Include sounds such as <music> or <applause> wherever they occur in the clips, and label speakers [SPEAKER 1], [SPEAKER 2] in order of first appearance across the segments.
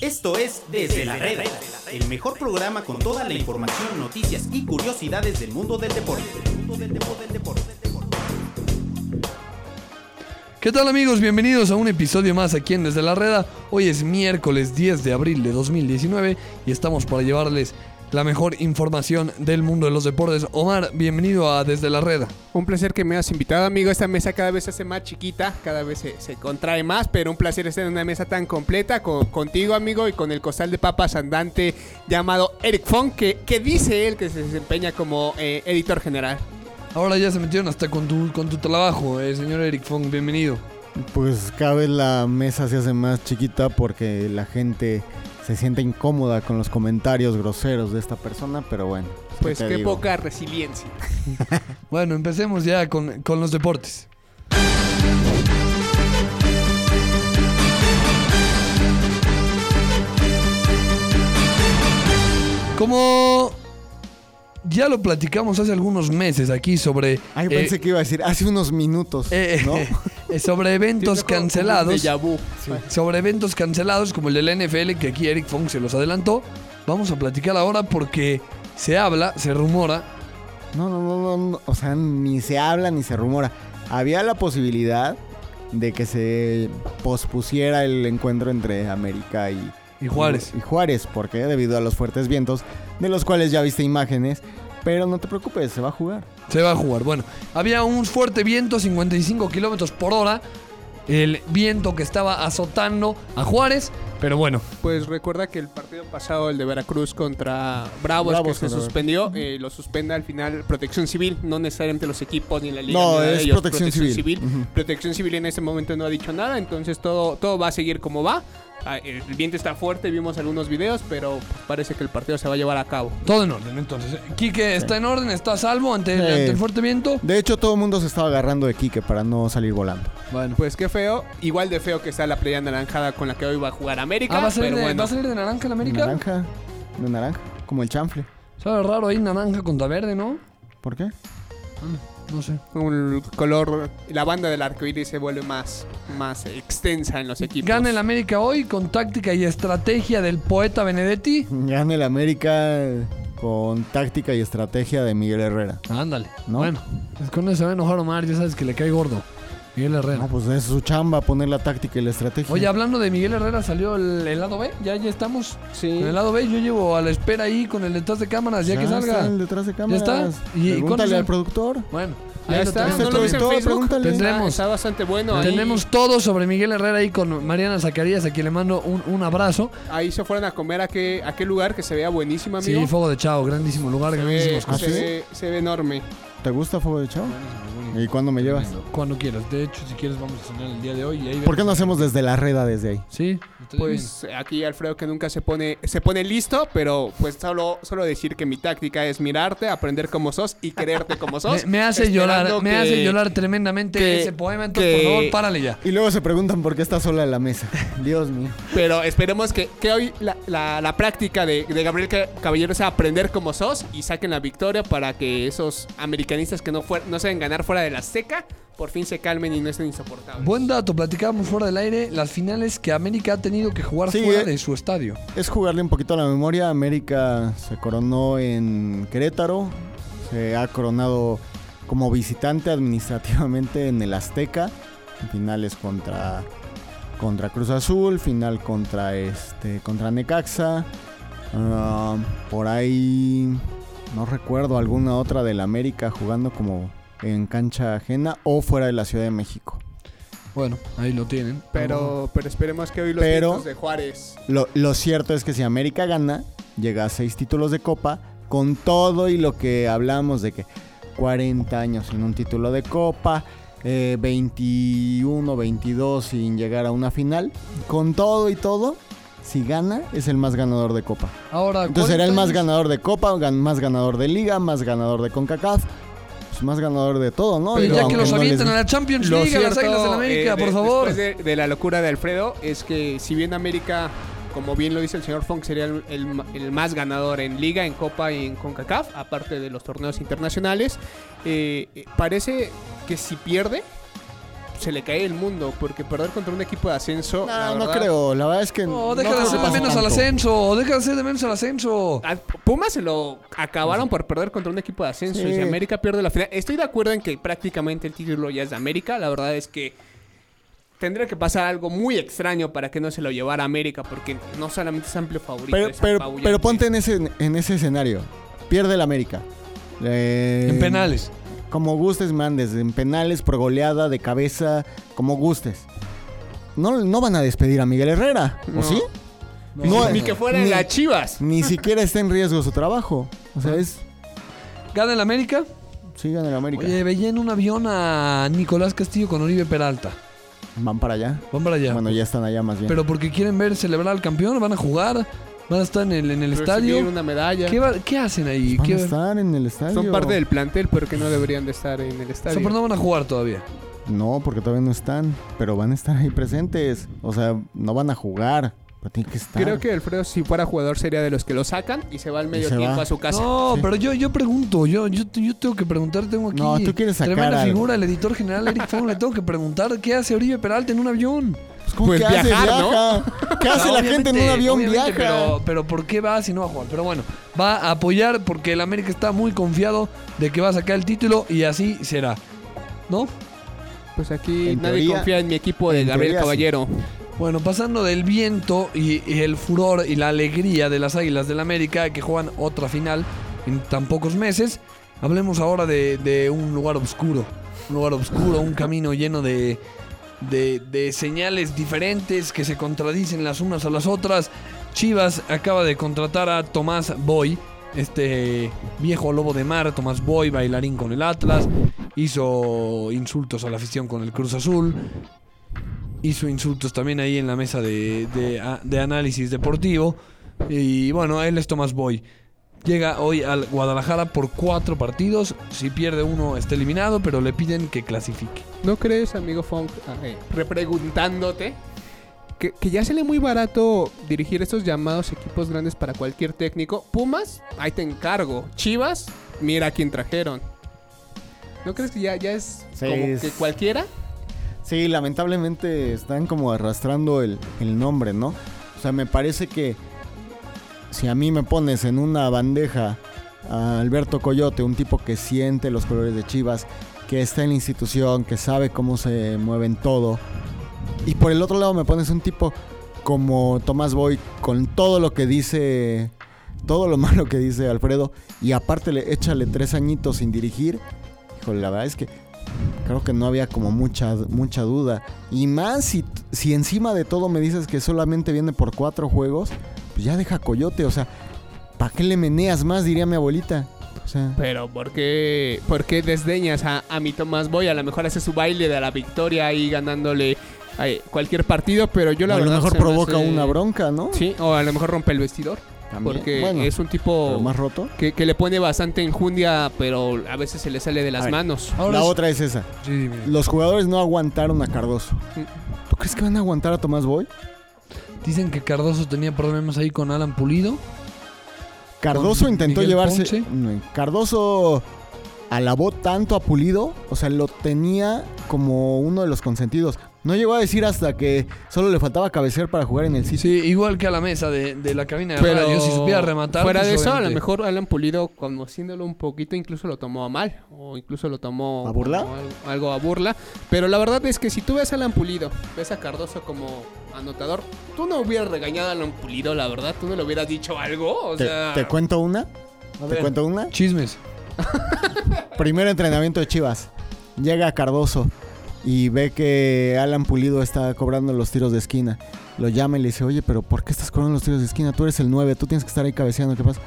[SPEAKER 1] Esto es Desde la Reda, el mejor programa con toda la información, noticias y curiosidades del mundo del deporte.
[SPEAKER 2] ¿Qué tal amigos? Bienvenidos a un episodio más aquí en Desde la Reda. Hoy es miércoles 10 de abril de 2019 y estamos para llevarles la mejor información del mundo de los deportes. Omar, bienvenido a Desde la Reda.
[SPEAKER 3] Un placer que me has invitado, amigo. Esta mesa cada vez se hace más chiquita, cada vez se, se contrae más, pero un placer estar en una mesa tan completa con, contigo, amigo, y con el costal de papas andante llamado Eric Fong, que, que dice él que se desempeña como eh, editor general.
[SPEAKER 2] Ahora ya se metieron hasta con tu, con tu trabajo, eh, señor Eric Fong, bienvenido.
[SPEAKER 4] Pues cada vez la mesa se hace más chiquita porque la gente se siente incómoda con los comentarios groseros de esta persona, pero bueno.
[SPEAKER 3] Pues qué,
[SPEAKER 4] te digo?
[SPEAKER 3] poca resiliencia.
[SPEAKER 2] Bueno, empecemos ya con, con los deportes. Como ya lo platicamos hace algunos meses aquí sobre, eh,
[SPEAKER 4] Ay, Ah, pensé que iba a decir hace unos minutos,
[SPEAKER 2] eh,
[SPEAKER 4] ¿no?
[SPEAKER 2] <laughs> eh, sobre eventos cancelados,
[SPEAKER 3] Déjà vu.
[SPEAKER 2] sobre eventos cancelados como el de la NFL que aquí Eric Fong se los adelantó, vamos a platicar ahora porque se habla, se rumora
[SPEAKER 4] No, no, no, no, no, o sea, ni se habla ni se rumora. Había la posibilidad de que se pospusiera el encuentro entre América y
[SPEAKER 2] y Juárez.
[SPEAKER 4] Y Juárez, porque debido a los fuertes vientos, de los cuales ya viste imágenes, pero no te preocupes, se va a jugar.
[SPEAKER 2] Se va a jugar. Bueno, había un fuerte viento, 55 kilómetros por hora. El viento que estaba azotando a Juárez. Pero bueno,
[SPEAKER 3] Pues recuerda que el partido pasado, el de Veracruz contra Bravos,
[SPEAKER 4] Bravos
[SPEAKER 3] que se
[SPEAKER 4] contra
[SPEAKER 3] suspendió, eh, lo suspenda al final Protección Civil, no necesariamente los equipos ni la liga.
[SPEAKER 4] No,
[SPEAKER 3] ni nada de
[SPEAKER 4] es
[SPEAKER 3] ellos,
[SPEAKER 4] Protección Civil. Ujú.
[SPEAKER 3] Protección Civil en este momento no ha dicho nada, entonces todo, todo va a seguir como va. Ah, El viento está fuerte, vimos algunos videos, pero parece que el partido se va a llevar a cabo.
[SPEAKER 2] todo en orden entonces. eh, Quique está en orden, está a salvo ante, el-
[SPEAKER 4] Sí.
[SPEAKER 2] ante el fuerte viento.
[SPEAKER 4] De hecho, todo el mundo se estaba agarrando de Quique para no salir volando.
[SPEAKER 2] Bueno.
[SPEAKER 3] Pues qué feo, igual de feo que está la playa anaranjada con la que hoy va a jugar América.
[SPEAKER 2] Ah, ¿va a, salir
[SPEAKER 3] pero
[SPEAKER 2] de,
[SPEAKER 3] bueno.
[SPEAKER 2] ¿va a salir de naranja el América?
[SPEAKER 4] Naranja, de naranja, como el chanfle.
[SPEAKER 2] Sabe raro ahí naranja contra verde, ¿no?
[SPEAKER 4] ¿Por qué?
[SPEAKER 2] No sé.
[SPEAKER 3] Un color, la banda del arco iris se vuelve más, más extensa en los equipos.
[SPEAKER 2] Gana el América hoy con táctica y estrategia del poeta Benedetti.
[SPEAKER 4] Gana el América con táctica y estrategia de Miguel Herrera.
[SPEAKER 2] Ándale.
[SPEAKER 4] No.
[SPEAKER 2] Bueno, pues con eso se va a enojar Omar, ya sabes que le cae gordo. Miguel Herrera.
[SPEAKER 4] No, pues es su chamba poner la táctica y la estrategia.
[SPEAKER 2] Oye, hablando de Miguel Herrera, salió el, el lado B. Ya, ya estamos
[SPEAKER 3] Sí.
[SPEAKER 2] con el lado B. Yo llevo a la espera ahí con el detrás de cámaras, ya, que salga.
[SPEAKER 4] está el detrás de cámaras.
[SPEAKER 2] está? ¿Y- y cuándo
[SPEAKER 4] Pregúntale
[SPEAKER 2] sale?
[SPEAKER 4] al productor.
[SPEAKER 2] Bueno,
[SPEAKER 3] Ya
[SPEAKER 2] ahí lo
[SPEAKER 3] está,
[SPEAKER 2] tenemos.
[SPEAKER 3] ¿no lo viste en
[SPEAKER 4] productor,
[SPEAKER 3] Facebook?
[SPEAKER 4] pregúntale.
[SPEAKER 2] Tendremos.
[SPEAKER 3] Ah, Está, está bastante bueno. Ahí,
[SPEAKER 2] Tenemos todo sobre Miguel Herrera ahí con Mariana Zacarías, a quien le mando un, un abrazo.
[SPEAKER 3] ahí se fueron a comer a qué, a qué lugar que se vea buenísimo, amigo.
[SPEAKER 2] Sí, Fuego de Chao, grandísimo lugar,
[SPEAKER 3] se, ve,
[SPEAKER 2] grandísimos
[SPEAKER 4] cosas.
[SPEAKER 3] se,
[SPEAKER 4] ¿Ah,
[SPEAKER 2] cosas.
[SPEAKER 4] sí?
[SPEAKER 3] ve, se ve enorme.
[SPEAKER 4] ¿Te gusta Fuego de Chavo? ¿Y cuándo me llevas?
[SPEAKER 2] Cuando quieras. De hecho, si quieres, vamos a cenar el día de hoy. Y ahí
[SPEAKER 4] ¿Por qué no
[SPEAKER 2] vemos.
[SPEAKER 4] hacemos desde la reda desde ahí?
[SPEAKER 2] Sí, pues.
[SPEAKER 3] Pues aquí Alfredo que nunca se pone, se pone listo, pero pues solo, solo decir que mi táctica es mirarte, aprender como sos y quererte como
[SPEAKER 2] Me,
[SPEAKER 3] sos.
[SPEAKER 2] me hace llorar,
[SPEAKER 3] esperando
[SPEAKER 2] me
[SPEAKER 3] que-
[SPEAKER 2] hace llorar tremendamente
[SPEAKER 3] que-
[SPEAKER 2] ese poema. Entonces,
[SPEAKER 3] que-
[SPEAKER 2] por favor, párale ya.
[SPEAKER 4] Y luego se preguntan por qué está sola en la mesa. <laughs> Dios mío.
[SPEAKER 3] Pero esperemos que, que hoy la, la- la práctica de, de Gabriel Ca- Caballero sea aprender como sos y saquen la victoria para que esos americanistas que no, fuer- no saben ganar fuera de la seca por fin se calmen y no estén insoportables.
[SPEAKER 2] Buen dato, platicábamos fuera del aire las finales que América ha tenido que jugar
[SPEAKER 4] Sí,
[SPEAKER 2] fuera
[SPEAKER 4] eh.
[SPEAKER 2] de su estadio.
[SPEAKER 4] Es jugarle un poquito a la memoria. América se coronó en Querétaro. Se ha coronado como visitante administrativamente en el Azteca. Finales contra, contra Cruz Azul, final contra, este, contra Necaxa. Ah, por ahí no recuerdo alguna otra del América jugando como en cancha ajena o fuera de la Ciudad de México.
[SPEAKER 2] Bueno, ahí lo tienen.
[SPEAKER 3] Pero, pero esperemos que hoy los
[SPEAKER 4] Pero-
[SPEAKER 3] vientos de Juárez.
[SPEAKER 4] Lo, lo cierto es que si América gana, llega a seis títulos de copa, con todo y lo que hablamos de que 40 años sin un título de copa, eh, 21, 22 sin llegar a una final, con todo y todo, si gana, es el más ganador de copa.
[SPEAKER 2] ahora
[SPEAKER 4] Entonces será el
[SPEAKER 2] ¿cuántos
[SPEAKER 4] más
[SPEAKER 2] años?
[SPEAKER 4] ganador de copa, gan- más ganador de liga, más ganador de CONCACAF, pues más ganador de todo, ¿no?
[SPEAKER 2] Pero
[SPEAKER 4] Digo,
[SPEAKER 2] ya que
[SPEAKER 4] aunque
[SPEAKER 2] los
[SPEAKER 4] no les-
[SPEAKER 2] avientan a la Champions
[SPEAKER 3] Lo
[SPEAKER 2] League, a las
[SPEAKER 3] cierto,
[SPEAKER 2] Águilas de la América,
[SPEAKER 3] eh, de-
[SPEAKER 2] por favor.
[SPEAKER 3] Después de, de la locura de Alfredo, es que si bien América, como bien lo dice el señor Funk, sería el, el ma- el más ganador en Liga, en Copa y en CONCACAF, aparte de los torneos internacionales, eh, eh, parece que si pierde, se le cae el mundo, porque perder contra un equipo de ascenso. la
[SPEAKER 4] No, no
[SPEAKER 3] verdad-
[SPEAKER 4] creo. La verdad es que.
[SPEAKER 2] No, deja
[SPEAKER 4] creo
[SPEAKER 2] de
[SPEAKER 4] que
[SPEAKER 2] hacer de
[SPEAKER 4] pase
[SPEAKER 2] menos al
[SPEAKER 4] tanto.
[SPEAKER 2] ascenso. Deja de hacer de menos al ascenso.
[SPEAKER 3] A Pumas Ah, se lo acabaron por perder contra un equipo de ascenso
[SPEAKER 4] Sí.
[SPEAKER 3] y si América pierde la final. Estoy de acuerdo en que prácticamente el título ya es de América. La verdad es que tendría que pasar algo muy extraño para que no se lo llevara América, porque no solamente es amplio favorito.
[SPEAKER 4] Pero,
[SPEAKER 3] es
[SPEAKER 4] pero,
[SPEAKER 3] apabullante.
[SPEAKER 4] pero ponte en ese, en ese escenario. Pierde el América. Eh,
[SPEAKER 2] En penales.
[SPEAKER 4] Como gustes, mandes. En penales, por goleada, de cabeza, como gustes. No, no van a despedir a Miguel Herrera, ¿o
[SPEAKER 3] No.
[SPEAKER 4] sí?
[SPEAKER 3] No,
[SPEAKER 4] No,
[SPEAKER 3] ni que fuera
[SPEAKER 4] ni-
[SPEAKER 3] en las Chivas.
[SPEAKER 4] Ni siquiera está en riesgo su trabajo. O
[SPEAKER 3] Ah.
[SPEAKER 4] sea, es.
[SPEAKER 2] Gana el América.
[SPEAKER 4] Sigan en América.
[SPEAKER 2] Oye, veía en un avión a Nicolás Castillo con Oribe Peralta.
[SPEAKER 4] Van para allá.
[SPEAKER 2] Van para allá.
[SPEAKER 4] Bueno, ya están allá más bien.
[SPEAKER 2] Pero porque quieren ver celebrar al campeón, van a jugar, van a estar en el, en el estadio.
[SPEAKER 3] Recibir una medalla.
[SPEAKER 2] ¿Qué, va- qué hacen ahí?
[SPEAKER 4] Pues Van
[SPEAKER 2] ¿Qué-
[SPEAKER 4] a estar en el estadio.
[SPEAKER 3] Son parte del plantel, pero que no deberían de estar en el
[SPEAKER 2] o
[SPEAKER 3] estadio.
[SPEAKER 2] sea, pero no van a jugar todavía.
[SPEAKER 4] No, porque todavía no están. Pero van a estar ahí presentes. O sea, no van a jugar. Pero tienen que estar.
[SPEAKER 3] Creo que Alfredo, si fuera jugador, sería de los que lo sacan y se va al medio
[SPEAKER 4] se
[SPEAKER 3] tiempo
[SPEAKER 4] va.
[SPEAKER 3] a su casa.
[SPEAKER 2] No,
[SPEAKER 4] Sí.
[SPEAKER 2] pero yo, yo pregunto, yo, yo, yo tengo que preguntar, tengo aquí.
[SPEAKER 4] No, tú quieres sacar
[SPEAKER 2] Tremenda
[SPEAKER 4] algo.
[SPEAKER 2] figura, el editor general Eric Fong, le tengo que preguntar qué hace Oribe Peralta en un avión.
[SPEAKER 4] Pues, ¿cómo
[SPEAKER 3] Pues
[SPEAKER 4] que hace?
[SPEAKER 3] viajar, ¿no?
[SPEAKER 4] <laughs> Viaja. ¿Qué hace
[SPEAKER 2] No,
[SPEAKER 4] la gente en un
[SPEAKER 2] obviamente,
[SPEAKER 4] avión?
[SPEAKER 2] obviamente,
[SPEAKER 4] Viaja.
[SPEAKER 2] Pero, pero ¿por qué va si no va a jugar? Pero bueno, va a apoyar porque el América está muy confiado de que va a sacar el título y así será. ¿No?
[SPEAKER 3] Pues aquí
[SPEAKER 4] En
[SPEAKER 3] nadie
[SPEAKER 4] teoría-
[SPEAKER 3] confía en mi equipo de
[SPEAKER 4] en
[SPEAKER 3] Gabriel
[SPEAKER 4] teoría sí.
[SPEAKER 3] Caballero.
[SPEAKER 2] Bueno, pasando del viento y, y el furor y la alegría de las Águilas del América que juegan otra final en tan pocos meses, hablemos ahora de, de un lugar oscuro. Un lugar oscuro, un camino lleno de, de, de señales diferentes que se contradicen las unas a las otras. Chivas acaba de contratar a Tomás Boy, este viejo lobo de mar, Tomás Boy, bailarín con el Atlas, hizo insultos a la afición con el Cruz Azul, hizo insultos también ahí en la mesa de, de- a- de análisis deportivo. Y bueno, él es Tomás Boy. Llega hoy al Guadalajara por cuatro partidos. Si pierde uno está eliminado, pero le piden que clasifique.
[SPEAKER 3] ¿No crees, amigo Funk, ah, eh, repreguntándote, que, que ya sale muy barato dirigir estos llamados equipos grandes para cualquier técnico? Pumas, ahí te encargo. Chivas, mira a quién trajeron. ¿No crees que ya, ya es
[SPEAKER 4] Sí,
[SPEAKER 3] como
[SPEAKER 4] es-
[SPEAKER 3] que cualquiera?
[SPEAKER 4] Sí, lamentablemente están como arrastrando el, el nombre, ¿no? O sea, me parece que si a mí me pones en una bandeja a Alberto Coyote, un tipo que siente los colores de Chivas, que está en la institución, que sabe cómo se mueven todo, y por el otro lado me pones un tipo como Tomás Boy, con todo lo que dice, todo lo <laughs> malo que dice Alfredo, y aparte le échale tres añitos sin dirigir, híjole, la verdad es que creo que no había como mucha, mucha duda. Y más si, si encima de todo me dices que solamente viene por cuatro juegos, pues ya deja Coyote, o sea, ¿para qué le meneas más? Diría mi abuelita. O sea,
[SPEAKER 3] Pero ¿por qué, por qué desdeñas a, a mi Tomás Boy? A lo mejor hace su baile de la victoria ahí ganándole ay, cualquier partido, pero yo la
[SPEAKER 4] a lo
[SPEAKER 3] verdad
[SPEAKER 4] mejor
[SPEAKER 3] se me
[SPEAKER 4] provoca
[SPEAKER 3] hace-
[SPEAKER 4] una bronca, ¿no?
[SPEAKER 3] Sí, o a lo mejor rompe el vestidor.
[SPEAKER 4] También.
[SPEAKER 3] Porque
[SPEAKER 4] Bueno,
[SPEAKER 3] es un tipo
[SPEAKER 4] pero más roto.
[SPEAKER 3] que, que le pone bastante enjundia, pero a veces se le sale de
[SPEAKER 4] A
[SPEAKER 3] las
[SPEAKER 4] ver.
[SPEAKER 3] manos.
[SPEAKER 2] Ahora
[SPEAKER 4] la
[SPEAKER 2] es-
[SPEAKER 4] otra es esa.
[SPEAKER 2] Sí, dime.
[SPEAKER 4] Los jugadores no aguantaron a Cardoso.
[SPEAKER 3] Mm.
[SPEAKER 4] ¿Tú crees que van a aguantar a Tomás Boy?
[SPEAKER 2] Dicen que Cardoso tenía problemas ahí con Alan Pulido.
[SPEAKER 4] Cardoso
[SPEAKER 2] Con
[SPEAKER 4] intentó
[SPEAKER 2] Miguel
[SPEAKER 4] llevarse.
[SPEAKER 2] Ponce.
[SPEAKER 4] No, Cardoso alabó tanto a Pulido, o sea, lo tenía como uno de los consentidos. No llegó a decir hasta que solo le faltaba cabecear para jugar en el
[SPEAKER 2] Sí,
[SPEAKER 4] sitio.
[SPEAKER 2] igual que a la mesa de, de la cabina de
[SPEAKER 3] Pero
[SPEAKER 2] radio, si supiera rematar.
[SPEAKER 3] fuera
[SPEAKER 2] pues,
[SPEAKER 3] de eso, a lo
[SPEAKER 2] obviamente.
[SPEAKER 3] mejor Alan Pulido, conociéndolo un poquito, incluso lo tomó a mal. O incluso lo tomó...
[SPEAKER 4] ¿A burla?
[SPEAKER 3] como al- Algo a burla. Pero la verdad es que si tú ves a Alan Pulido, ves a Cardoso como anotador, tú no hubieras regañado a Alan Pulido, la verdad. Tú no le hubieras dicho algo. O
[SPEAKER 4] ¿Te,
[SPEAKER 3] sea...
[SPEAKER 4] te cuento una?
[SPEAKER 2] A
[SPEAKER 4] ¿Te
[SPEAKER 2] ver.
[SPEAKER 4] cuento una?
[SPEAKER 2] Chismes.
[SPEAKER 4] Primer entrenamiento de Chivas. Llega Cardoso y ve que Alan Pulido está cobrando los tiros de esquina. Lo llama y le dice, oye, pero ¿por qué estás cobrando los tiros de esquina? Tú eres el 9, tú tienes que estar ahí cabeceando. ¿Qué pasa?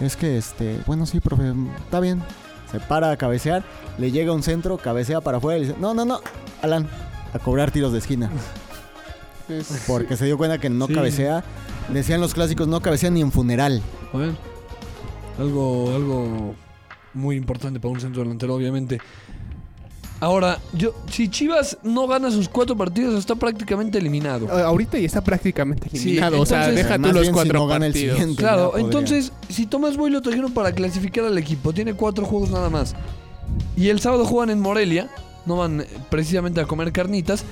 [SPEAKER 4] Es que, este, bueno, sí, profe, está bien. Se para a cabecear, le llega un centro, cabecea para afuera y le dice, no, no, no, Alan, a cobrar tiros
[SPEAKER 3] <laughs>
[SPEAKER 4] de esquina.
[SPEAKER 3] es-
[SPEAKER 4] Porque se dio cuenta que no
[SPEAKER 2] Sí.
[SPEAKER 4] cabecea. Decían los clásicos, no cabecea ni en funeral.
[SPEAKER 2] A ver, algo, algo muy importante para un centro delantero, obviamente. Ahora, yo, si Chivas no gana sus cuatro partidos, está prácticamente eliminado.
[SPEAKER 3] A- Ahorita ya está prácticamente
[SPEAKER 2] Sí,
[SPEAKER 3] eliminado. o sea,
[SPEAKER 2] entonces-
[SPEAKER 3] Ah, deja tú
[SPEAKER 4] Más
[SPEAKER 3] los
[SPEAKER 4] bien si
[SPEAKER 3] cuatro
[SPEAKER 4] no gana el
[SPEAKER 3] partidos.
[SPEAKER 4] siguiente. no
[SPEAKER 2] Claro,
[SPEAKER 4] podría.
[SPEAKER 2] entonces, si Tomás Boy lo trajeron para clasificar al equipo, tiene cuatro juegos nada más. Y el sábado juegan en Morelia, no van eh, precisamente a comer carnitas.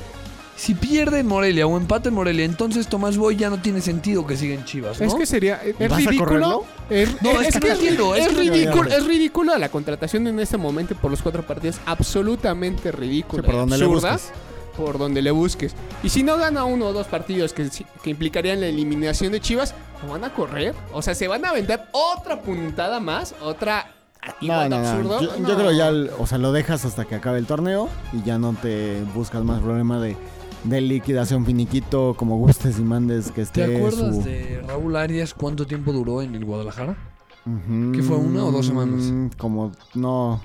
[SPEAKER 2] Si pierde en Morelia o empate en Morelia, entonces Tomás Boy ya no tiene sentido que siga en Chivas, ¿no?
[SPEAKER 3] Es que sería. eh, Es
[SPEAKER 4] ¿Vas a correrlo?
[SPEAKER 3] ridículo. Es,
[SPEAKER 2] No,
[SPEAKER 3] es-
[SPEAKER 2] es que
[SPEAKER 3] es
[SPEAKER 2] no
[SPEAKER 3] que es
[SPEAKER 2] entiendo, es
[SPEAKER 3] es
[SPEAKER 2] que no
[SPEAKER 3] ridículo.
[SPEAKER 4] entiendo.
[SPEAKER 3] Es ridícula la contratación en este momento por los cuatro partidos. Absolutamente ridícula.
[SPEAKER 4] Sí, por
[SPEAKER 3] y
[SPEAKER 4] donde le
[SPEAKER 3] absurda,
[SPEAKER 4] busques.
[SPEAKER 3] Por donde le busques. Y si no gana uno o dos partidos que, sí- que implicarían la eliminación de Chivas, ¿lo van a correr? O sea, ¿se van a aventar otra puntada más? ¿Otra
[SPEAKER 4] No,
[SPEAKER 3] igual de
[SPEAKER 4] no, no.
[SPEAKER 3] absurdo?
[SPEAKER 4] Yo, yo
[SPEAKER 3] No.
[SPEAKER 4] creo ya, el- o sea, lo dejas hasta que acabe el torneo y ya no te buscas más problema de, de liquidación finiquito, como gustes y mandes que esté
[SPEAKER 2] ¿Te acuerdas
[SPEAKER 4] su-
[SPEAKER 2] de Raúl Arias cuánto tiempo duró en el Guadalajara?
[SPEAKER 4] Ujú.
[SPEAKER 2] ¿Qué fue, una o dos semanas?
[SPEAKER 4] Mm, Como, no,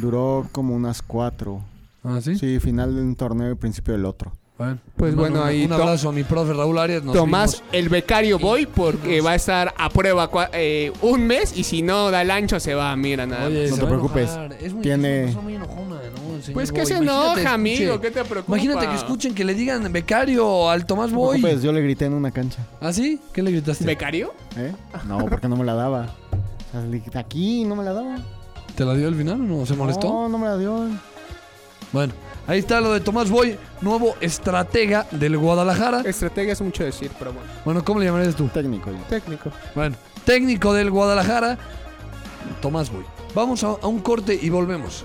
[SPEAKER 4] duró como unas cuatro.
[SPEAKER 2] Ah,
[SPEAKER 4] Sí, final de un torneo y principio del otro.
[SPEAKER 2] Bueno,
[SPEAKER 3] Pues
[SPEAKER 2] te mando
[SPEAKER 3] bueno,
[SPEAKER 2] un-
[SPEAKER 3] ahí
[SPEAKER 2] Un
[SPEAKER 3] to-
[SPEAKER 2] abrazo a mi profe Raúl Arias. nos
[SPEAKER 3] Tomás,
[SPEAKER 2] vimos.
[SPEAKER 3] el becario voy porque
[SPEAKER 2] nos-
[SPEAKER 3] va a estar a prueba cua- eh, un mes y si no da el ancho se va, mira nada.
[SPEAKER 2] Oye,
[SPEAKER 3] más.
[SPEAKER 4] no
[SPEAKER 2] se
[SPEAKER 4] te
[SPEAKER 2] va a
[SPEAKER 4] preocupes,
[SPEAKER 2] enojar. Es muy,
[SPEAKER 4] tiene-
[SPEAKER 2] es una persona muy enojona, ¿no? El señor
[SPEAKER 3] Pues que
[SPEAKER 2] Boy.
[SPEAKER 3] se
[SPEAKER 2] Imagínate,
[SPEAKER 3] enoja, amigo,
[SPEAKER 2] escuche-
[SPEAKER 3] ¿qué te preocupa?
[SPEAKER 2] Imagínate que escuchen que le digan becario al Tomás
[SPEAKER 4] No te
[SPEAKER 2] Boy.
[SPEAKER 4] preocupes, yo le grité en una cancha.
[SPEAKER 2] ¿Ah, sí? ¿Qué le gritaste?
[SPEAKER 3] ¿Becario?
[SPEAKER 2] <laughs>
[SPEAKER 4] ¿eh? No, porque no me la daba. O sea, le grité aquí, no me la daba.
[SPEAKER 2] ¿Te la dio al final o no? ¿Se molestó?
[SPEAKER 4] No, no me la dio.
[SPEAKER 2] Bueno, ahí está lo de Tomás Boy, nuevo estratega del Guadalajara.
[SPEAKER 4] Eh.
[SPEAKER 3] Estratega es mucho decir, pero bueno.
[SPEAKER 2] Bueno, ¿cómo le llamarías tú?
[SPEAKER 4] Técnico. yo.
[SPEAKER 3] Técnico.
[SPEAKER 2] Bueno, técnico del Guadalajara, Tomás Boy. Vamos a, a un corte y volvemos.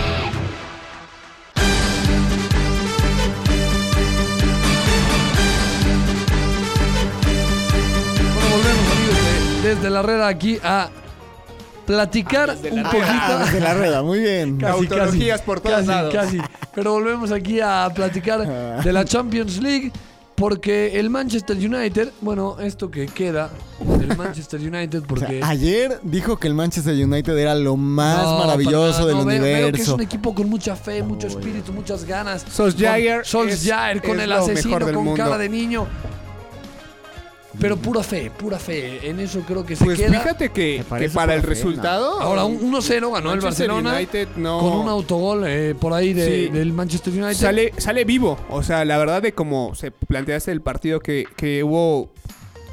[SPEAKER 2] Bueno, volvemos, amigos, de- desde la red aquí a platicar un
[SPEAKER 4] Ah,
[SPEAKER 2] poquito. Ah,
[SPEAKER 4] de la rueda, muy bien. <laughs>
[SPEAKER 3] Tautologías por todos
[SPEAKER 2] casi,
[SPEAKER 3] lados.
[SPEAKER 2] casi. Pero volvemos aquí a platicar de la Champions League. Porque el Manchester United, bueno, esto que queda del Manchester United,
[SPEAKER 4] O sea,
[SPEAKER 2] porque.
[SPEAKER 4] ayer dijo que el Manchester United era lo
[SPEAKER 2] No,
[SPEAKER 4] más
[SPEAKER 2] para
[SPEAKER 4] maravilloso
[SPEAKER 2] nada,
[SPEAKER 4] del
[SPEAKER 2] no, veo- veo que es
[SPEAKER 4] universo.
[SPEAKER 2] un equipo con mucha fe, mucho
[SPEAKER 4] Uy.
[SPEAKER 2] espíritu, muchas ganas.
[SPEAKER 3] Solskjaer
[SPEAKER 2] Con- Solskjaer
[SPEAKER 3] es-
[SPEAKER 2] con
[SPEAKER 3] es
[SPEAKER 2] el
[SPEAKER 3] lo
[SPEAKER 2] asesino,
[SPEAKER 3] mejor
[SPEAKER 2] con
[SPEAKER 3] del mundo.
[SPEAKER 2] cara de niño. Pero pura fe, pura fe. En eso creo que se
[SPEAKER 3] Pues
[SPEAKER 2] queda.
[SPEAKER 3] fíjate que,
[SPEAKER 4] ¿Te
[SPEAKER 3] que
[SPEAKER 4] parece
[SPEAKER 3] para el
[SPEAKER 4] buena fe?
[SPEAKER 3] resultado.
[SPEAKER 2] Ahora un- 1-0 ganó el
[SPEAKER 3] Manchester
[SPEAKER 2] Barcelona
[SPEAKER 3] United no.
[SPEAKER 2] con un autogol eh, por ahí de-
[SPEAKER 3] Sí.
[SPEAKER 2] del Manchester United.
[SPEAKER 3] Sale, sale vivo. O sea, la verdad de cómo se planteaste el partido que, que hubo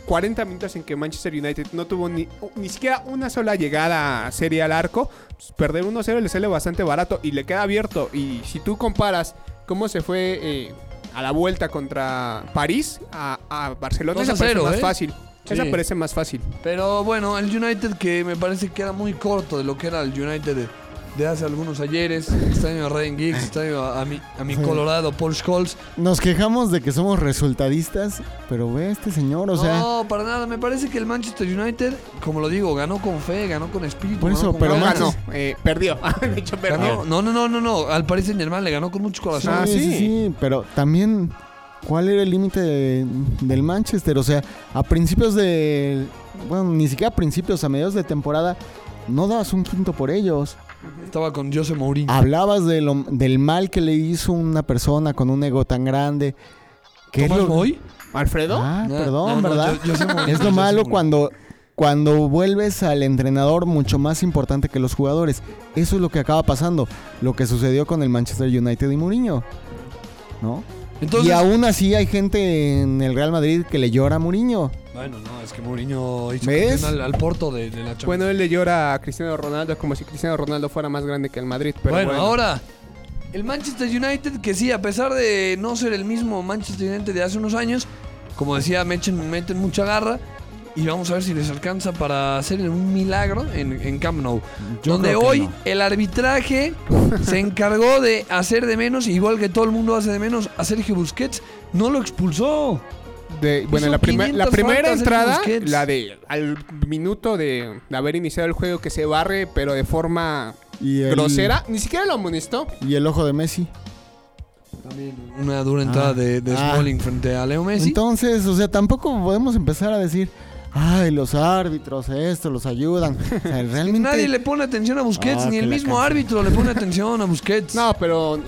[SPEAKER 3] 40 minutos en que Manchester United no tuvo ni, ni siquiera una sola llegada seria al arco. pues, Perder 1-0 le sale bastante barato y le queda abierto. Y si tú comparas cómo se fue eh, a la vuelta contra París a, a Barcelona,
[SPEAKER 2] 2 a
[SPEAKER 3] esa parece
[SPEAKER 2] 0,
[SPEAKER 3] más
[SPEAKER 2] ¿eh?
[SPEAKER 3] fácil.
[SPEAKER 2] Sí.
[SPEAKER 3] Esa parece más fácil.
[SPEAKER 2] Pero bueno, el United que me parece que era muy corto de lo que era el United de, de hace algunos ayeres. Extraño a Ryan Giggs, extraño a, a mi, a mi Colorado, Paul Scholes.
[SPEAKER 4] Nos quejamos de que somos resultadistas, pero ve a este señor, o sea,
[SPEAKER 2] no, para nada. Me parece que el Manchester United, como lo digo, ganó con fe, ganó con espíritu.
[SPEAKER 4] Por
[SPEAKER 2] ganó
[SPEAKER 4] eso,
[SPEAKER 2] con
[SPEAKER 4] pero
[SPEAKER 3] Pero no
[SPEAKER 2] ganas.
[SPEAKER 3] ganó,
[SPEAKER 4] Manchester-
[SPEAKER 3] eh, perdió. <laughs> de hecho, perdió.
[SPEAKER 2] Ganó- No, no, no, no, no. Al Paris Saint Germain le ganó con mucho
[SPEAKER 4] sí,
[SPEAKER 2] corazón.
[SPEAKER 3] Ah, sí.
[SPEAKER 4] sí, sí, pero también ¿cuál era el límite de- del Manchester? O sea, a principios de bueno, ni siquiera a principios, a mediados de temporada no dabas un quinto por ellos.
[SPEAKER 2] Estaba con Jose Mourinho.
[SPEAKER 4] Hablabas de lo- del mal que le hizo una persona con un ego tan grande. ¿Qué es
[SPEAKER 2] ¿Tomás
[SPEAKER 4] lo-
[SPEAKER 2] Boy?
[SPEAKER 3] ¿Alfredo?
[SPEAKER 4] Ah,
[SPEAKER 2] No,
[SPEAKER 4] perdón,
[SPEAKER 2] no, no,
[SPEAKER 4] ¿verdad?
[SPEAKER 2] yo- yo sé Mourinho,
[SPEAKER 4] es
[SPEAKER 2] yo
[SPEAKER 4] lo
[SPEAKER 2] sé
[SPEAKER 4] malo
[SPEAKER 2] Mourinho.
[SPEAKER 4] cuando, cuando vuelves al entrenador mucho más importante que los jugadores. Eso es lo que acaba pasando. Lo que sucedió con el Manchester United y Mourinho. ¿No?
[SPEAKER 2] Entonces,
[SPEAKER 4] y aún así hay gente en el Real Madrid que le llora a Mourinho.
[SPEAKER 2] Bueno, no, es que Mourinho hizo
[SPEAKER 4] ¿Ves?
[SPEAKER 2] campeón al, al Porto de, de la Champions.
[SPEAKER 3] Bueno, él le llora a Cristiano Ronaldo como si Cristiano Ronaldo fuera más grande que el Madrid. Pero
[SPEAKER 2] bueno,
[SPEAKER 3] bueno,
[SPEAKER 2] ahora, el Manchester United, que sí, a pesar de no ser el mismo Manchester United de hace unos años, como decía, meten, meten mucha garra, y vamos a ver si les alcanza para hacer un milagro en, en Camp Nou.
[SPEAKER 4] Yo
[SPEAKER 2] donde
[SPEAKER 4] creo que
[SPEAKER 2] hoy
[SPEAKER 4] no.
[SPEAKER 2] el arbitraje <laughs> se encargó de hacer de menos, igual que todo el mundo hace de menos, a Sergio Busquets. No lo expulsó.
[SPEAKER 3] De- bueno, la, prima-
[SPEAKER 2] 500
[SPEAKER 3] la primera
[SPEAKER 2] faltas, Sergio
[SPEAKER 3] entrada,
[SPEAKER 2] Busquets.
[SPEAKER 3] la de al minuto de, de haber iniciado el juego que se barre, pero de forma
[SPEAKER 4] Y el-
[SPEAKER 3] grosera, ni siquiera lo amonestó.
[SPEAKER 4] Y el ojo de Messi.
[SPEAKER 2] Una dura entrada
[SPEAKER 4] Ah,
[SPEAKER 2] de, de
[SPEAKER 4] ah.
[SPEAKER 2] Smalling frente a Leo Messi.
[SPEAKER 4] Entonces, o sea, tampoco podemos empezar a decir, ay, los árbitros, esto, los ayudan. O
[SPEAKER 2] <laughs>
[SPEAKER 4] sea, realmente...
[SPEAKER 2] Nadie le pone atención a Busquets,
[SPEAKER 4] Ah,
[SPEAKER 2] ni
[SPEAKER 4] que
[SPEAKER 2] el
[SPEAKER 4] la
[SPEAKER 2] mismo
[SPEAKER 4] canción.
[SPEAKER 2] árbitro le pone atención a
[SPEAKER 4] <laughs>
[SPEAKER 2] Busquets.
[SPEAKER 3] No, pero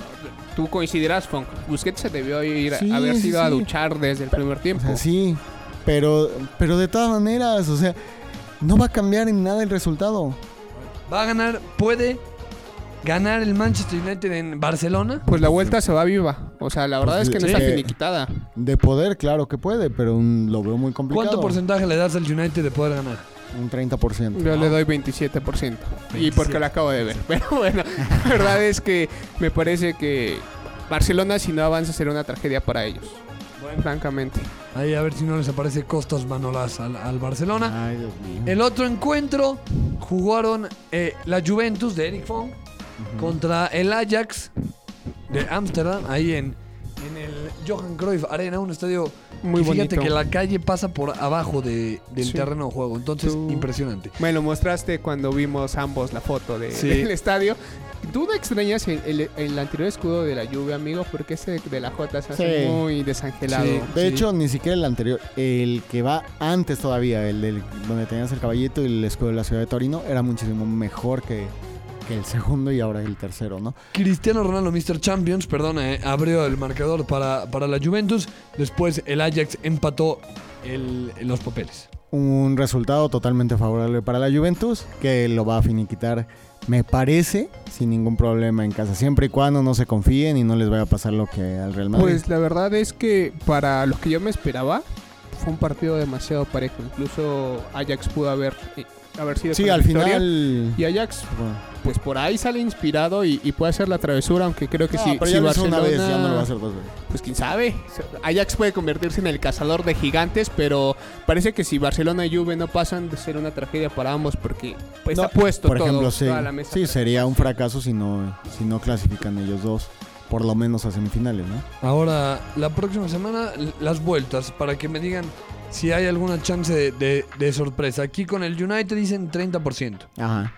[SPEAKER 3] tú coincidirás, Funk. Busquets se debió ir,
[SPEAKER 4] Sí,
[SPEAKER 3] haber
[SPEAKER 4] sí,
[SPEAKER 3] sido a
[SPEAKER 4] sí.
[SPEAKER 3] duchar desde el primer
[SPEAKER 4] O
[SPEAKER 3] tiempo.
[SPEAKER 4] sea, sí, pero, pero de todas maneras, o sea, no va a cambiar en nada el resultado.
[SPEAKER 2] Va a ganar, puede ganar el Manchester United en Barcelona.
[SPEAKER 3] Pues la vuelta se va viva. O sea, la verdad
[SPEAKER 4] Pues
[SPEAKER 3] es que no
[SPEAKER 4] sí.
[SPEAKER 3] está
[SPEAKER 4] Sí.
[SPEAKER 3] finiquitada.
[SPEAKER 4] De poder, claro que puede, pero mm, lo veo muy complicado.
[SPEAKER 2] ¿Cuánto porcentaje le das al United de poder ganar?
[SPEAKER 4] Un 30%.
[SPEAKER 3] Yo le doy 27%. Y porque lo acabo de ver. <laughs> Pero bueno, la verdad es que me parece que Barcelona, si no avanza, será una tragedia para ellos. Francamente.
[SPEAKER 2] Ahí a ver si no les aparece Costas Manolas al, al Barcelona.
[SPEAKER 4] Ay, Dios mío.
[SPEAKER 2] El otro encuentro jugaron eh, la Juventus de Eric Fong contra el Ajax de Ámsterdam, ahí en, en el Johan Cruyff Arena, un estadio
[SPEAKER 3] Muy
[SPEAKER 2] que fíjate
[SPEAKER 3] bonito.
[SPEAKER 2] que la calle pasa por abajo de- del
[SPEAKER 3] Sí.
[SPEAKER 2] terreno de juego, entonces
[SPEAKER 3] Tú-
[SPEAKER 2] impresionante.
[SPEAKER 3] Me lo mostraste cuando vimos ambos la foto de-
[SPEAKER 2] Sí.
[SPEAKER 3] del estadio. ¿Tú no extrañas el, el- el anterior escudo de la lluvia, amigo? Porque ese de la J se hace
[SPEAKER 4] Sí.
[SPEAKER 3] muy desangelado.
[SPEAKER 2] Sí.
[SPEAKER 4] De hecho, ni siquiera el anterior, el que va antes todavía, el del, donde tenías el caballito y el escudo de la ciudad de Torino, era muchísimo mejor que, que el segundo y ahora el tercero, ¿no?
[SPEAKER 2] Cristiano Ronaldo, Mr. Champions, perdón, eh, abrió el marcador para, para la Juventus. Después el Ajax empató el- los papeles.
[SPEAKER 4] Un resultado totalmente favorable para la Juventus, que lo va a finiquitar, me parece, sin ningún problema en casa, siempre y cuando no se confíen y no les vaya a pasar lo que al Real Madrid.
[SPEAKER 3] Pues la verdad es que para los que yo me esperaba, fue un partido demasiado parejo. Incluso Ajax pudo haber, eh, haber sido
[SPEAKER 4] sí,
[SPEAKER 3] con
[SPEAKER 4] al
[SPEAKER 3] victoria.
[SPEAKER 4] final...
[SPEAKER 3] Y Ajax,
[SPEAKER 4] Bueno,
[SPEAKER 3] pues por ahí sale inspirado y, y puede hacer la travesura, aunque creo que
[SPEAKER 4] no,
[SPEAKER 3] si,
[SPEAKER 4] pero
[SPEAKER 3] si
[SPEAKER 4] ya lo hizo
[SPEAKER 3] Barcelona...
[SPEAKER 4] una vez, ya no lo va a hacer dos veces.
[SPEAKER 3] Pues quién sabe. Ajax puede convertirse en el cazador de gigantes, pero parece que si Barcelona y Juve no pasan de ser una tragedia para ambos, porque pues,
[SPEAKER 4] No,
[SPEAKER 3] está puesto
[SPEAKER 4] por
[SPEAKER 3] todo,
[SPEAKER 4] ejemplo, sí,
[SPEAKER 3] toda la mesa.
[SPEAKER 4] sí, sería un fracaso si no, si no clasifican ellos dos, por lo menos a semifinales, ¿no?
[SPEAKER 2] Ahora, la próxima semana, l- las vueltas, para que me digan si hay alguna chance de, de- de sorpresa. Aquí con el United dicen 30%.
[SPEAKER 4] Ajá.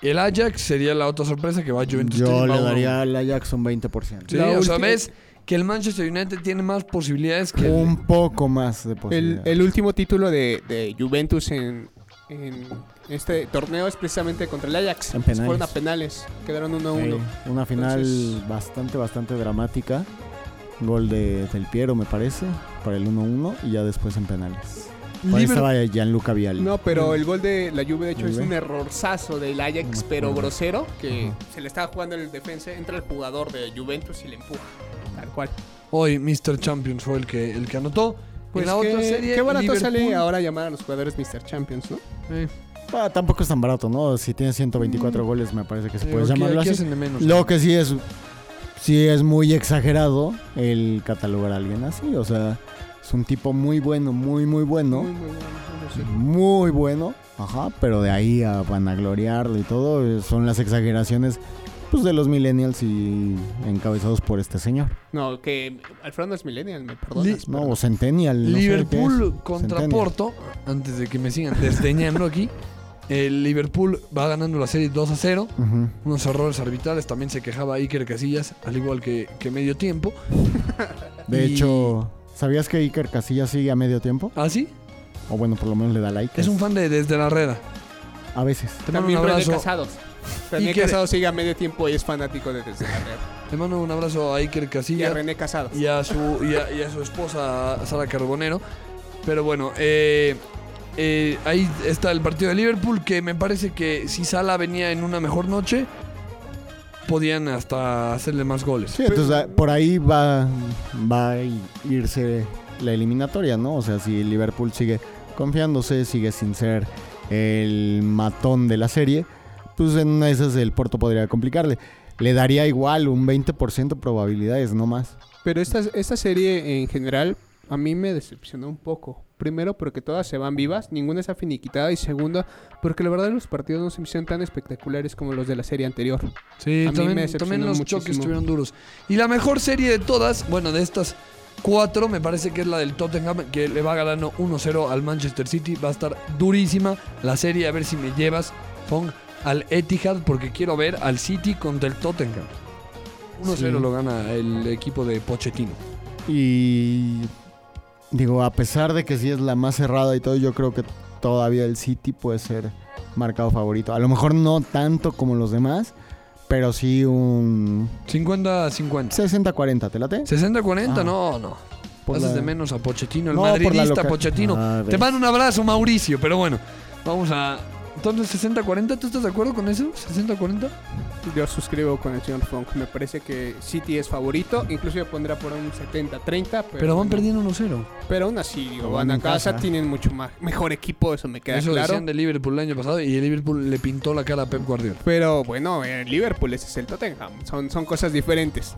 [SPEAKER 2] Y el Ajax sería la otra sorpresa que va a Juventus.
[SPEAKER 4] Yo
[SPEAKER 2] Team, va
[SPEAKER 4] le
[SPEAKER 2] uno.
[SPEAKER 4] daría al Ajax un 20%.
[SPEAKER 2] Sí,
[SPEAKER 3] La
[SPEAKER 2] o sea,
[SPEAKER 3] última-
[SPEAKER 2] ves que el Manchester United tiene más posibilidades que el...
[SPEAKER 4] Un poco más de
[SPEAKER 3] El,
[SPEAKER 4] posibilidad.
[SPEAKER 3] el último título de, de Juventus en, en este torneo es precisamente contra el Ajax.
[SPEAKER 4] En
[SPEAKER 3] Se
[SPEAKER 4] penales.
[SPEAKER 3] Fueron a penales, quedaron 1-1.
[SPEAKER 4] Sí, una final
[SPEAKER 3] Entonces-
[SPEAKER 4] bastante, bastante dramática. Gol de Del Piero, me parece, para el 1-1 y ya después en penales. Por ahí
[SPEAKER 2] Liber-
[SPEAKER 4] estaba Gianluca Vialli.
[SPEAKER 3] No, pero el gol de la Juve, de hecho, es
[SPEAKER 4] Juve.
[SPEAKER 3] un errorzazo del Ajax,
[SPEAKER 4] No me
[SPEAKER 3] pero
[SPEAKER 4] acuerdo.
[SPEAKER 3] grosero, que
[SPEAKER 4] Ajá.
[SPEAKER 3] se le estaba jugando el defensa, entra el jugador de Juventus y le empuja. Tal cual.
[SPEAKER 2] Hoy Mr. Champions fue el que, el que anotó.
[SPEAKER 3] Pues
[SPEAKER 2] en la otra
[SPEAKER 3] qué-
[SPEAKER 2] serie,
[SPEAKER 3] qué barato
[SPEAKER 2] Liverpool-
[SPEAKER 3] sale ahora llamar a los jugadores Mr. Champions, ¿no?
[SPEAKER 2] Eh,
[SPEAKER 4] Ah, tampoco es tan barato, ¿no? Si tiene 124 goles, me parece que se
[SPEAKER 2] eh,
[SPEAKER 4] puede
[SPEAKER 2] aquí-
[SPEAKER 4] llamarlo
[SPEAKER 2] aquí
[SPEAKER 4] así.
[SPEAKER 2] hacen de menos.
[SPEAKER 4] Lo que sí es, sí es muy exagerado el catalogar a alguien así. O sea, es un tipo muy bueno, muy, muy bueno.
[SPEAKER 3] Muy, muy bueno, bueno, sí.
[SPEAKER 4] Muy bueno. Ajá, pero de ahí a vanagloriarlo y todo, eh, son las exageraciones pues, de los millennials y encabezados por este señor.
[SPEAKER 3] No, que Alfredo no es millennial, me perdonas.
[SPEAKER 4] No,
[SPEAKER 3] pero-
[SPEAKER 4] o centennial. no sé qué
[SPEAKER 2] Liverpool
[SPEAKER 4] es.
[SPEAKER 2] contra
[SPEAKER 4] Centennial.
[SPEAKER 2] Porto, antes de que me sigan desdeñando aquí. El Liverpool va ganando la serie 2 a 0.
[SPEAKER 4] Ujú.
[SPEAKER 2] Unos errores arbitrales, también se quejaba Iker Casillas, al igual que, que medio tiempo.
[SPEAKER 4] De
[SPEAKER 2] Y-
[SPEAKER 4] hecho, ¿sabías que Iker Casillas sigue a medio tiempo?
[SPEAKER 2] ¿Ah, sí?
[SPEAKER 4] O bueno, por lo menos le da like.
[SPEAKER 2] Es un fan de Desde la Reda.
[SPEAKER 4] A veces.
[SPEAKER 2] Te mando un
[SPEAKER 3] También René
[SPEAKER 2] abrazo.
[SPEAKER 3] Casados. René
[SPEAKER 2] que-
[SPEAKER 3] Casados sigue a medio tiempo y es fanático de Desde la Red.
[SPEAKER 2] Te mando un abrazo a Iker
[SPEAKER 3] Y a
[SPEAKER 2] Casillas
[SPEAKER 3] René Casados.
[SPEAKER 2] y a su, y a, y a su esposa Sara Carbonero. Pero bueno, eh, eh, ahí está el partido de Liverpool, que me parece que si Sala venía en una mejor noche, podían hasta hacerle más goles.
[SPEAKER 4] Sí, entonces ah, por ahí va, va a i- irse la eliminatoria, ¿no? O sea, si Liverpool sigue confiándose, sigue sin ser el matón de la serie, pues en una de esas el Porto podría complicarle. Le daría igual un 20% probabilidades, no más.
[SPEAKER 3] Pero esta, esta serie en general a mí me decepcionó un poco. Primero, porque todas se van vivas, ninguna está finiquitada. Y segundo, porque la verdad los partidos no se me hicieron tan espectaculares como los de la serie anterior.
[SPEAKER 2] Sí,
[SPEAKER 3] A mí me
[SPEAKER 2] también,
[SPEAKER 3] decepcionó
[SPEAKER 2] también los choques
[SPEAKER 3] muchísimo.
[SPEAKER 2] estuvieron duros. Y la mejor serie de todas, bueno, de estas cuatro, me parece que es la del Tottenham, que le va ganando 1-0 al Manchester City. Va a estar durísima la serie, a ver si me llevas, Fong, al Etihad, porque quiero ver al City contra el Tottenham. 1-0
[SPEAKER 4] Sí.
[SPEAKER 2] lo gana el equipo de Pochettino.
[SPEAKER 4] Y digo, a pesar de que sí es la más cerrada y todo, yo creo que todavía el City puede ser marcado favorito. A lo mejor no tanto como los demás, pero sí un
[SPEAKER 2] 50-50.
[SPEAKER 4] 60-40, ¿te late?
[SPEAKER 2] 60-40,
[SPEAKER 4] Ah.
[SPEAKER 2] no, no.
[SPEAKER 4] Por
[SPEAKER 2] Haces
[SPEAKER 4] la-
[SPEAKER 2] de menos a Pochettino, el
[SPEAKER 4] No, por la
[SPEAKER 2] madridista
[SPEAKER 4] loca-
[SPEAKER 2] Pochettino.
[SPEAKER 4] Ah,
[SPEAKER 2] Te
[SPEAKER 4] ves.
[SPEAKER 2] mando un abrazo, Mauricio, pero bueno, vamos a. Entonces, 60-40, ¿tú estás de acuerdo con eso? ¿60-40?
[SPEAKER 3] Yo suscribo con el señor Funk. Me parece que City es favorito. Incluso yo pondría por un 70-30. Pero,
[SPEAKER 2] Pero van
[SPEAKER 3] bueno,
[SPEAKER 2] perdiendo 1-0.
[SPEAKER 3] Pero aún así, digo,
[SPEAKER 4] Pero
[SPEAKER 3] van a
[SPEAKER 4] en
[SPEAKER 3] casa,
[SPEAKER 4] casa.
[SPEAKER 3] tienen mucho más, mejor equipo, eso me queda
[SPEAKER 2] Eso
[SPEAKER 3] claro.
[SPEAKER 2] decían de Liverpool el año pasado y el Liverpool le pintó la cara a Pep Guardiola.
[SPEAKER 3] Pero bueno, el Liverpool ese es el Tottenham. Son, son cosas diferentes.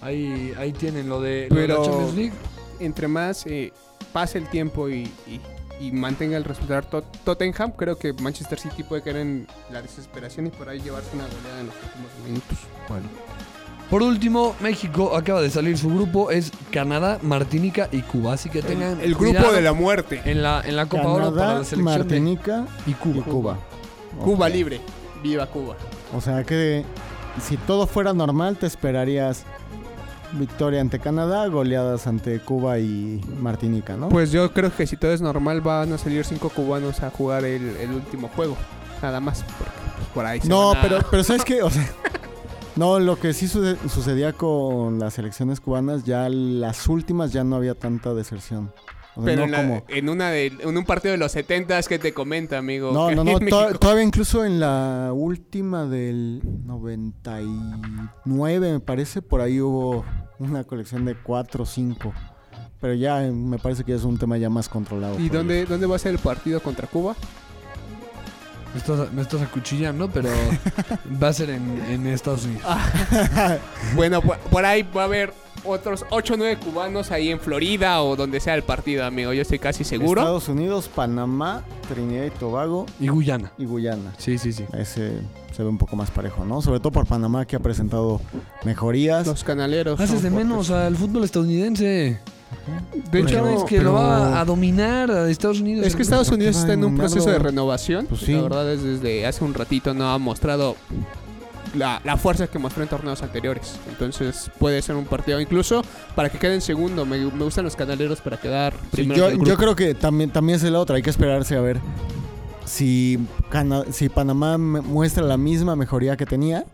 [SPEAKER 2] Ahí, ahí tienen lo de, lo de la
[SPEAKER 3] Pero-
[SPEAKER 2] Champions League.
[SPEAKER 3] Entre más eh, pase el tiempo y, y- y mantenga el resultado Tot- Tottenham, creo que Manchester City puede caer en la desesperación y por ahí llevarse una goleada en los últimos minutos.
[SPEAKER 2] Por último, México acaba de salir su grupo. Es Canadá, Martinica y Cuba. Así que tengan.
[SPEAKER 3] El grupo
[SPEAKER 2] cuidado
[SPEAKER 3] de la muerte.
[SPEAKER 2] En la, en la Copa Oro para
[SPEAKER 4] Canadá,
[SPEAKER 2] la selección. de-
[SPEAKER 4] Martinica y Cuba.
[SPEAKER 3] Cuba libre. Viva Cuba.
[SPEAKER 4] O sea que si todo fuera normal, te esperarías victoria ante Canadá, goleadas ante Cuba y Martinica, ¿no?
[SPEAKER 3] Pues yo creo que si todo es normal van a salir cinco cubanos a jugar el, el último juego. Nada más. porque, pues, por ahí se
[SPEAKER 4] No,
[SPEAKER 3] van a-
[SPEAKER 4] pero, pero ¿sabes qué? O sea, no, lo que sí suce- sucedía con las elecciones cubanas, ya las últimas ya no había tanta deserción. O sea,
[SPEAKER 3] Pero
[SPEAKER 4] no
[SPEAKER 3] en, la-
[SPEAKER 4] como...
[SPEAKER 3] en una de, en un partido de los 70 es que te comenta, amigo.
[SPEAKER 4] No,
[SPEAKER 3] que <laughs>
[SPEAKER 4] no, no,
[SPEAKER 3] en
[SPEAKER 4] to-
[SPEAKER 3] México-
[SPEAKER 4] todavía incluso en la última del 99, me parece, por ahí hubo una colección de 4 o 5. Pero ya eh, me parece que ya es un tema ya más controlado.
[SPEAKER 3] ¿Y
[SPEAKER 4] por
[SPEAKER 3] dónde, dónde va a ser el partido contra Cuba?
[SPEAKER 2] Me estás, me estás acuchillando, pero va a ser en, en Estados Unidos.
[SPEAKER 3] Ah. Bueno, por, por ahí va a haber otros 8 o 9 cubanos ahí en Florida o donde sea el partido, amigo. Yo estoy casi seguro.
[SPEAKER 4] Estados Unidos, Panamá, Trinidad y Tobago
[SPEAKER 2] Y Guyana.
[SPEAKER 4] y Guyana.
[SPEAKER 2] Sí, sí, sí.
[SPEAKER 4] Ese se ve un poco más parejo, ¿no? Sobre todo por Panamá que ha presentado mejorías.
[SPEAKER 3] Los canaleros.
[SPEAKER 2] Haces de
[SPEAKER 3] son
[SPEAKER 2] menos al fútbol estadounidense.
[SPEAKER 3] fuertes.
[SPEAKER 2] De
[SPEAKER 3] De hecho,
[SPEAKER 2] es que
[SPEAKER 4] pero-
[SPEAKER 2] lo va a dominar a Estados Unidos.
[SPEAKER 3] Es que Estados Unidos
[SPEAKER 4] ¿por qué
[SPEAKER 3] está en un
[SPEAKER 4] mandarlo?
[SPEAKER 3] proceso de renovación.
[SPEAKER 4] Pues sí.
[SPEAKER 3] La verdad es desde hace un ratito no ha mostrado la, la fuerza que mostró en torneos anteriores. Entonces puede ser un partido incluso para que queden segundo. Me, me gustan los canaleros para quedar
[SPEAKER 4] Sí,
[SPEAKER 3] primero.
[SPEAKER 4] yo,
[SPEAKER 3] del
[SPEAKER 4] yo
[SPEAKER 3] grupo.
[SPEAKER 4] creo que también, también es la otra. Hay que esperarse a ver si, Cana- si Panamá me- muestra la misma mejoría que tenía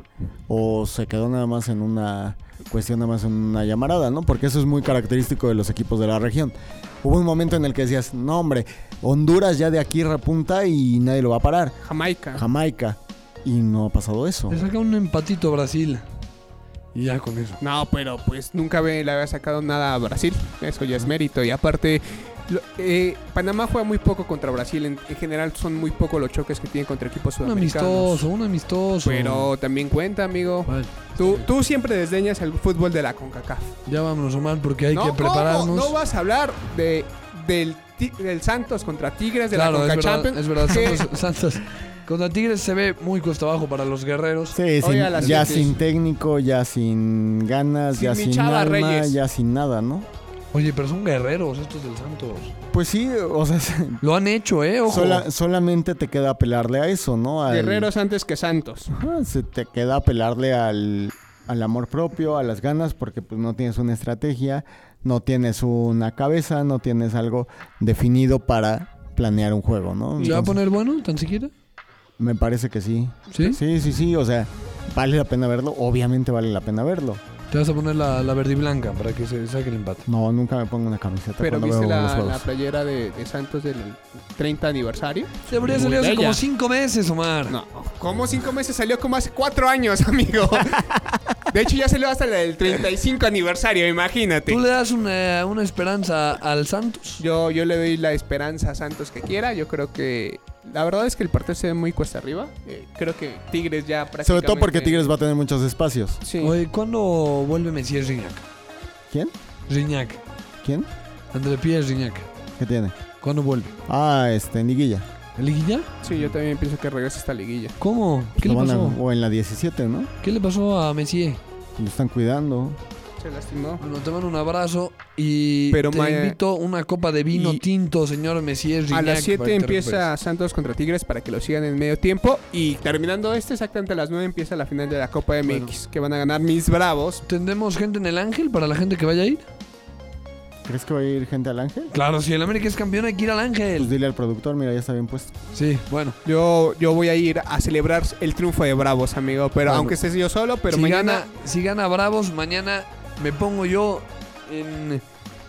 [SPEAKER 4] o se quedó nada más en una cuestión, nada más en una llamarada, ¿no? Porque eso es muy característico de los equipos de la región. Hubo un momento en el que decías, no, hombre, Honduras ya de aquí repunta y nadie lo va a parar.
[SPEAKER 3] Jamaica.
[SPEAKER 4] Jamaica. Y no ha pasado eso.
[SPEAKER 2] Le saca un empatito a Brasil. Y ya con eso.
[SPEAKER 3] No, pero pues nunca ve- le había sacado nada a Brasil. Eso ya es mérito. Y aparte, lo- eh, Panamá juega muy poco contra Brasil. En, en general son muy pocos los choques que tienen contra equipos
[SPEAKER 2] Un
[SPEAKER 3] sudamericanos.
[SPEAKER 2] amistoso, un amistoso.
[SPEAKER 3] Pero también cuenta, amigo.
[SPEAKER 2] Bueno,
[SPEAKER 3] Tú, tú siempre desdeñas el fútbol de la CONCACAF.
[SPEAKER 2] ya vámonos, Omar, porque hay
[SPEAKER 3] No,
[SPEAKER 2] que
[SPEAKER 3] ¿cómo?
[SPEAKER 2] prepararnos.
[SPEAKER 3] No vas a hablar de, del, Ti- del Santos contra Tigres de
[SPEAKER 2] claro,
[SPEAKER 3] la
[SPEAKER 2] es verdad,
[SPEAKER 3] CONCACHAMPIONS.
[SPEAKER 2] es verdad.
[SPEAKER 3] que-
[SPEAKER 2] Santos,
[SPEAKER 3] <laughs>
[SPEAKER 2] Santos. Contra Tigres se ve muy cuesta abajo para los guerreros.
[SPEAKER 4] Sí, sin-
[SPEAKER 3] Hoy a las
[SPEAKER 4] ya
[SPEAKER 3] siete.
[SPEAKER 4] sin técnico, ya sin ganas,
[SPEAKER 3] Sin
[SPEAKER 4] ya
[SPEAKER 3] mi
[SPEAKER 4] sin
[SPEAKER 3] Chava
[SPEAKER 4] alma,
[SPEAKER 3] Reyes.
[SPEAKER 4] ya sin nada, ¿no?
[SPEAKER 2] Oye, pero son guerreros estos del Santos.
[SPEAKER 4] Pues sí, o sea, <laughs>
[SPEAKER 2] Lo han hecho, ¿eh? Ojo.
[SPEAKER 4] sola- solamente te queda apelarle a eso, ¿no? Al-
[SPEAKER 3] Guerreros antes que Santos.
[SPEAKER 4] Ajá, se te queda apelarle al, al amor propio, a las ganas, porque pues no tienes una estrategia, no tienes una cabeza, no tienes algo definido para planear un juego, ¿no?
[SPEAKER 2] ¿Se va a
[SPEAKER 4] Entonces,
[SPEAKER 2] poner bueno, tan siquiera?
[SPEAKER 4] Me parece que sí.
[SPEAKER 2] ¿Sí?
[SPEAKER 4] Sí, sí, sí, o sea, vale la pena verlo, obviamente vale la pena verlo.
[SPEAKER 2] Te vas a poner la, la verde y blanca para que se saque el empate.
[SPEAKER 4] No, nunca me pongo una camiseta
[SPEAKER 3] Pero
[SPEAKER 4] cuando
[SPEAKER 3] viste
[SPEAKER 4] veo los
[SPEAKER 3] la, la
[SPEAKER 4] juegos.
[SPEAKER 3] playera de, de Santos del 30 aniversario.
[SPEAKER 2] Debería
[SPEAKER 3] Muy
[SPEAKER 2] salir hace
[SPEAKER 3] bella.
[SPEAKER 2] como cinco meses, Omar.
[SPEAKER 3] No, como cinco meses salió como hace cuatro años, <laughs> amigo. De hecho, ya salió hasta la del 35 aniversario, imagínate.
[SPEAKER 2] ¿Tú le das una, una esperanza al Santos?
[SPEAKER 3] Yo, yo le doy la esperanza a Santos que quiera. Yo creo que. La verdad es que el partido se ve muy cuesta arriba. Eh, creo que Tigres ya prácticamente.
[SPEAKER 4] Sobre todo porque Tigres va a tener muchos espacios.
[SPEAKER 3] Sí.
[SPEAKER 2] Oye, ¿cuándo vuelve Mesías Riñac?
[SPEAKER 4] ¿Quién?
[SPEAKER 2] Riñac.
[SPEAKER 4] ¿Quién?
[SPEAKER 2] André Pierre Gignac.
[SPEAKER 4] ¿Qué tiene?
[SPEAKER 2] ¿Cuándo vuelve?
[SPEAKER 4] Ah, este, en Liguilla.
[SPEAKER 2] ¿En liguilla?
[SPEAKER 3] Sí, yo también pienso que regresa esta liguilla.
[SPEAKER 2] ¿Cómo? ¿Qué
[SPEAKER 4] Lo
[SPEAKER 2] le
[SPEAKER 4] van a-
[SPEAKER 2] pasó?
[SPEAKER 4] o en la 17, ¿no?
[SPEAKER 2] ¿Qué le pasó a Messier?
[SPEAKER 4] Lo están cuidando.
[SPEAKER 3] Se lastimó.
[SPEAKER 2] Bueno, te mando un abrazo y
[SPEAKER 3] Pero
[SPEAKER 2] te
[SPEAKER 3] Maya-
[SPEAKER 2] invito una copa de vino
[SPEAKER 3] y-
[SPEAKER 2] tinto, señor Messier Gignac.
[SPEAKER 3] A las
[SPEAKER 2] para
[SPEAKER 3] 7
[SPEAKER 2] que te
[SPEAKER 3] empieza
[SPEAKER 2] recuperes.
[SPEAKER 4] pues.
[SPEAKER 3] Santos contra Tigres para que lo sigan en medio tiempo. Y terminando este, exactamente a las 9 empieza la final de la Copa MX que van a ganar mis bravos.
[SPEAKER 2] ¿Tendremos gente en el Ángel para la gente que vaya a ir?
[SPEAKER 4] ¿Crees que va a ir gente al Ángel?
[SPEAKER 2] Claro, si el América es campeón hay que ir al
[SPEAKER 4] Pues
[SPEAKER 2] Ángel.
[SPEAKER 4] dile al productor, mira, ya está bien puesto.
[SPEAKER 2] Sí, bueno.
[SPEAKER 3] Yo, yo voy a ir a celebrar el triunfo de Bravos, amigo. Pero
[SPEAKER 2] Bueno.
[SPEAKER 3] aunque estés yo solo, pero
[SPEAKER 2] si,
[SPEAKER 3] mañana.
[SPEAKER 2] gana, si gana Bravos, mañana me pongo yo en,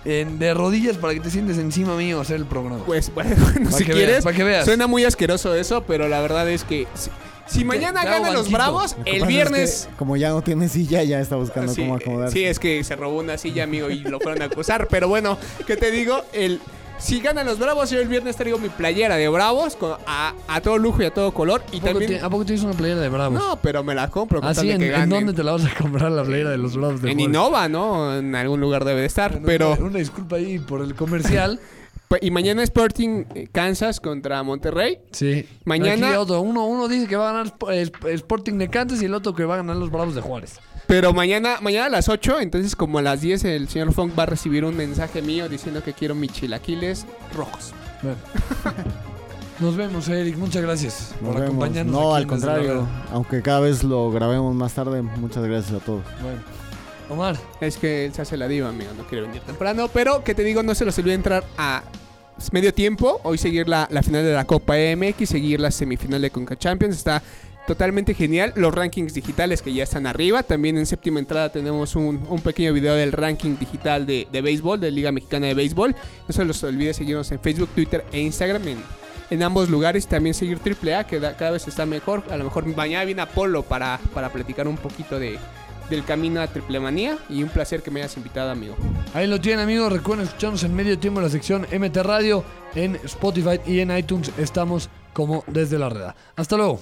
[SPEAKER 2] en- de rodillas para que te sientes encima mío a hacer el programa.
[SPEAKER 3] Pues <laughs> bueno,
[SPEAKER 2] Para
[SPEAKER 3] si
[SPEAKER 2] que
[SPEAKER 3] quieres.
[SPEAKER 2] veas, para que veas.
[SPEAKER 3] Suena muy asqueroso eso, pero la verdad es que si, si mañana
[SPEAKER 2] te hago
[SPEAKER 3] ganan los
[SPEAKER 2] banquito.
[SPEAKER 3] Bravos,
[SPEAKER 4] Lo que
[SPEAKER 3] el
[SPEAKER 4] pasa es
[SPEAKER 3] viernes.
[SPEAKER 4] que como ya no tiene silla, ya está buscando
[SPEAKER 3] sí,
[SPEAKER 4] cómo
[SPEAKER 3] eh,
[SPEAKER 4] acomodarse.
[SPEAKER 3] sí, es que se robó una silla, amigo, y lo fueron a acusar. pero bueno, ¿qué te digo? El. Si ganan los Bravos, yo el viernes traigo mi playera de Bravos con- a, a todo lujo y a todo color. Y
[SPEAKER 2] ¿A poco,
[SPEAKER 3] también.
[SPEAKER 2] te- ¿A poco tienes una playera de Bravos?
[SPEAKER 3] No, pero me la compro. con tal
[SPEAKER 2] Así,
[SPEAKER 3] de
[SPEAKER 2] ¿en,
[SPEAKER 3] que
[SPEAKER 2] en
[SPEAKER 3] ganen.
[SPEAKER 2] dónde te la vas a comprar la playera de los Bravos de
[SPEAKER 3] En
[SPEAKER 2] Juárez?
[SPEAKER 3] Innova, ¿no? En algún lugar debe de estar.
[SPEAKER 2] Bueno,
[SPEAKER 3] pero.
[SPEAKER 2] Una, una disculpa ahí por el comercial.
[SPEAKER 3] <laughs> Pe- Y mañana Sporting eh, Kansas contra Monterrey.
[SPEAKER 2] sí.
[SPEAKER 3] Mañana-
[SPEAKER 2] Aquí otro. Uno, uno dice que va a ganar Sp- eh, Sp- Sporting de Kansas y el otro que va a ganar los Bravos de Juárez.
[SPEAKER 3] Pero mañana, mañana a las 8, entonces como a las 10 el señor Funk va a recibir un mensaje mío diciendo que quiero mis chilaquiles rojos. <laughs>
[SPEAKER 2] Bueno. Nos vemos, Eric. Muchas gracias
[SPEAKER 4] Nos
[SPEAKER 2] por
[SPEAKER 4] vemos.
[SPEAKER 2] acompañarnos. aquí en
[SPEAKER 4] No, al
[SPEAKER 2] Desde la
[SPEAKER 4] contrario.
[SPEAKER 2] Rueda.
[SPEAKER 4] Aunque cada vez lo grabemos más tarde, muchas gracias a todos.
[SPEAKER 2] Bueno. Omar,
[SPEAKER 3] Es que él se hace la diva, amigo, no quiere venir temprano. Pero que te digo, no se los olvide entrar a medio tiempo. Hoy seguir la, la final de la Copa MX, seguir la semifinal de Conca Champions. Está totalmente genial. Los rankings digitales que ya están arriba. También en séptima entrada tenemos un, un pequeño video del ranking digital de, de béisbol, de Liga Mexicana de Béisbol. No se los olvide seguirnos en Facebook, Twitter e Instagram. En, en ambos lugares también seguir AAA, que da- cada vez está mejor. A lo mejor mañana viene Apolo para, para platicar un poquito de, del camino a Triple Manía y un placer que me hayas invitado, amigo.
[SPEAKER 2] ahí lo tienen, amigos. Recuerden escucharnos en medio tiempo en la sección MT Radio, en Spotify y en iTunes. Estamos como desde la reda. Hasta luego.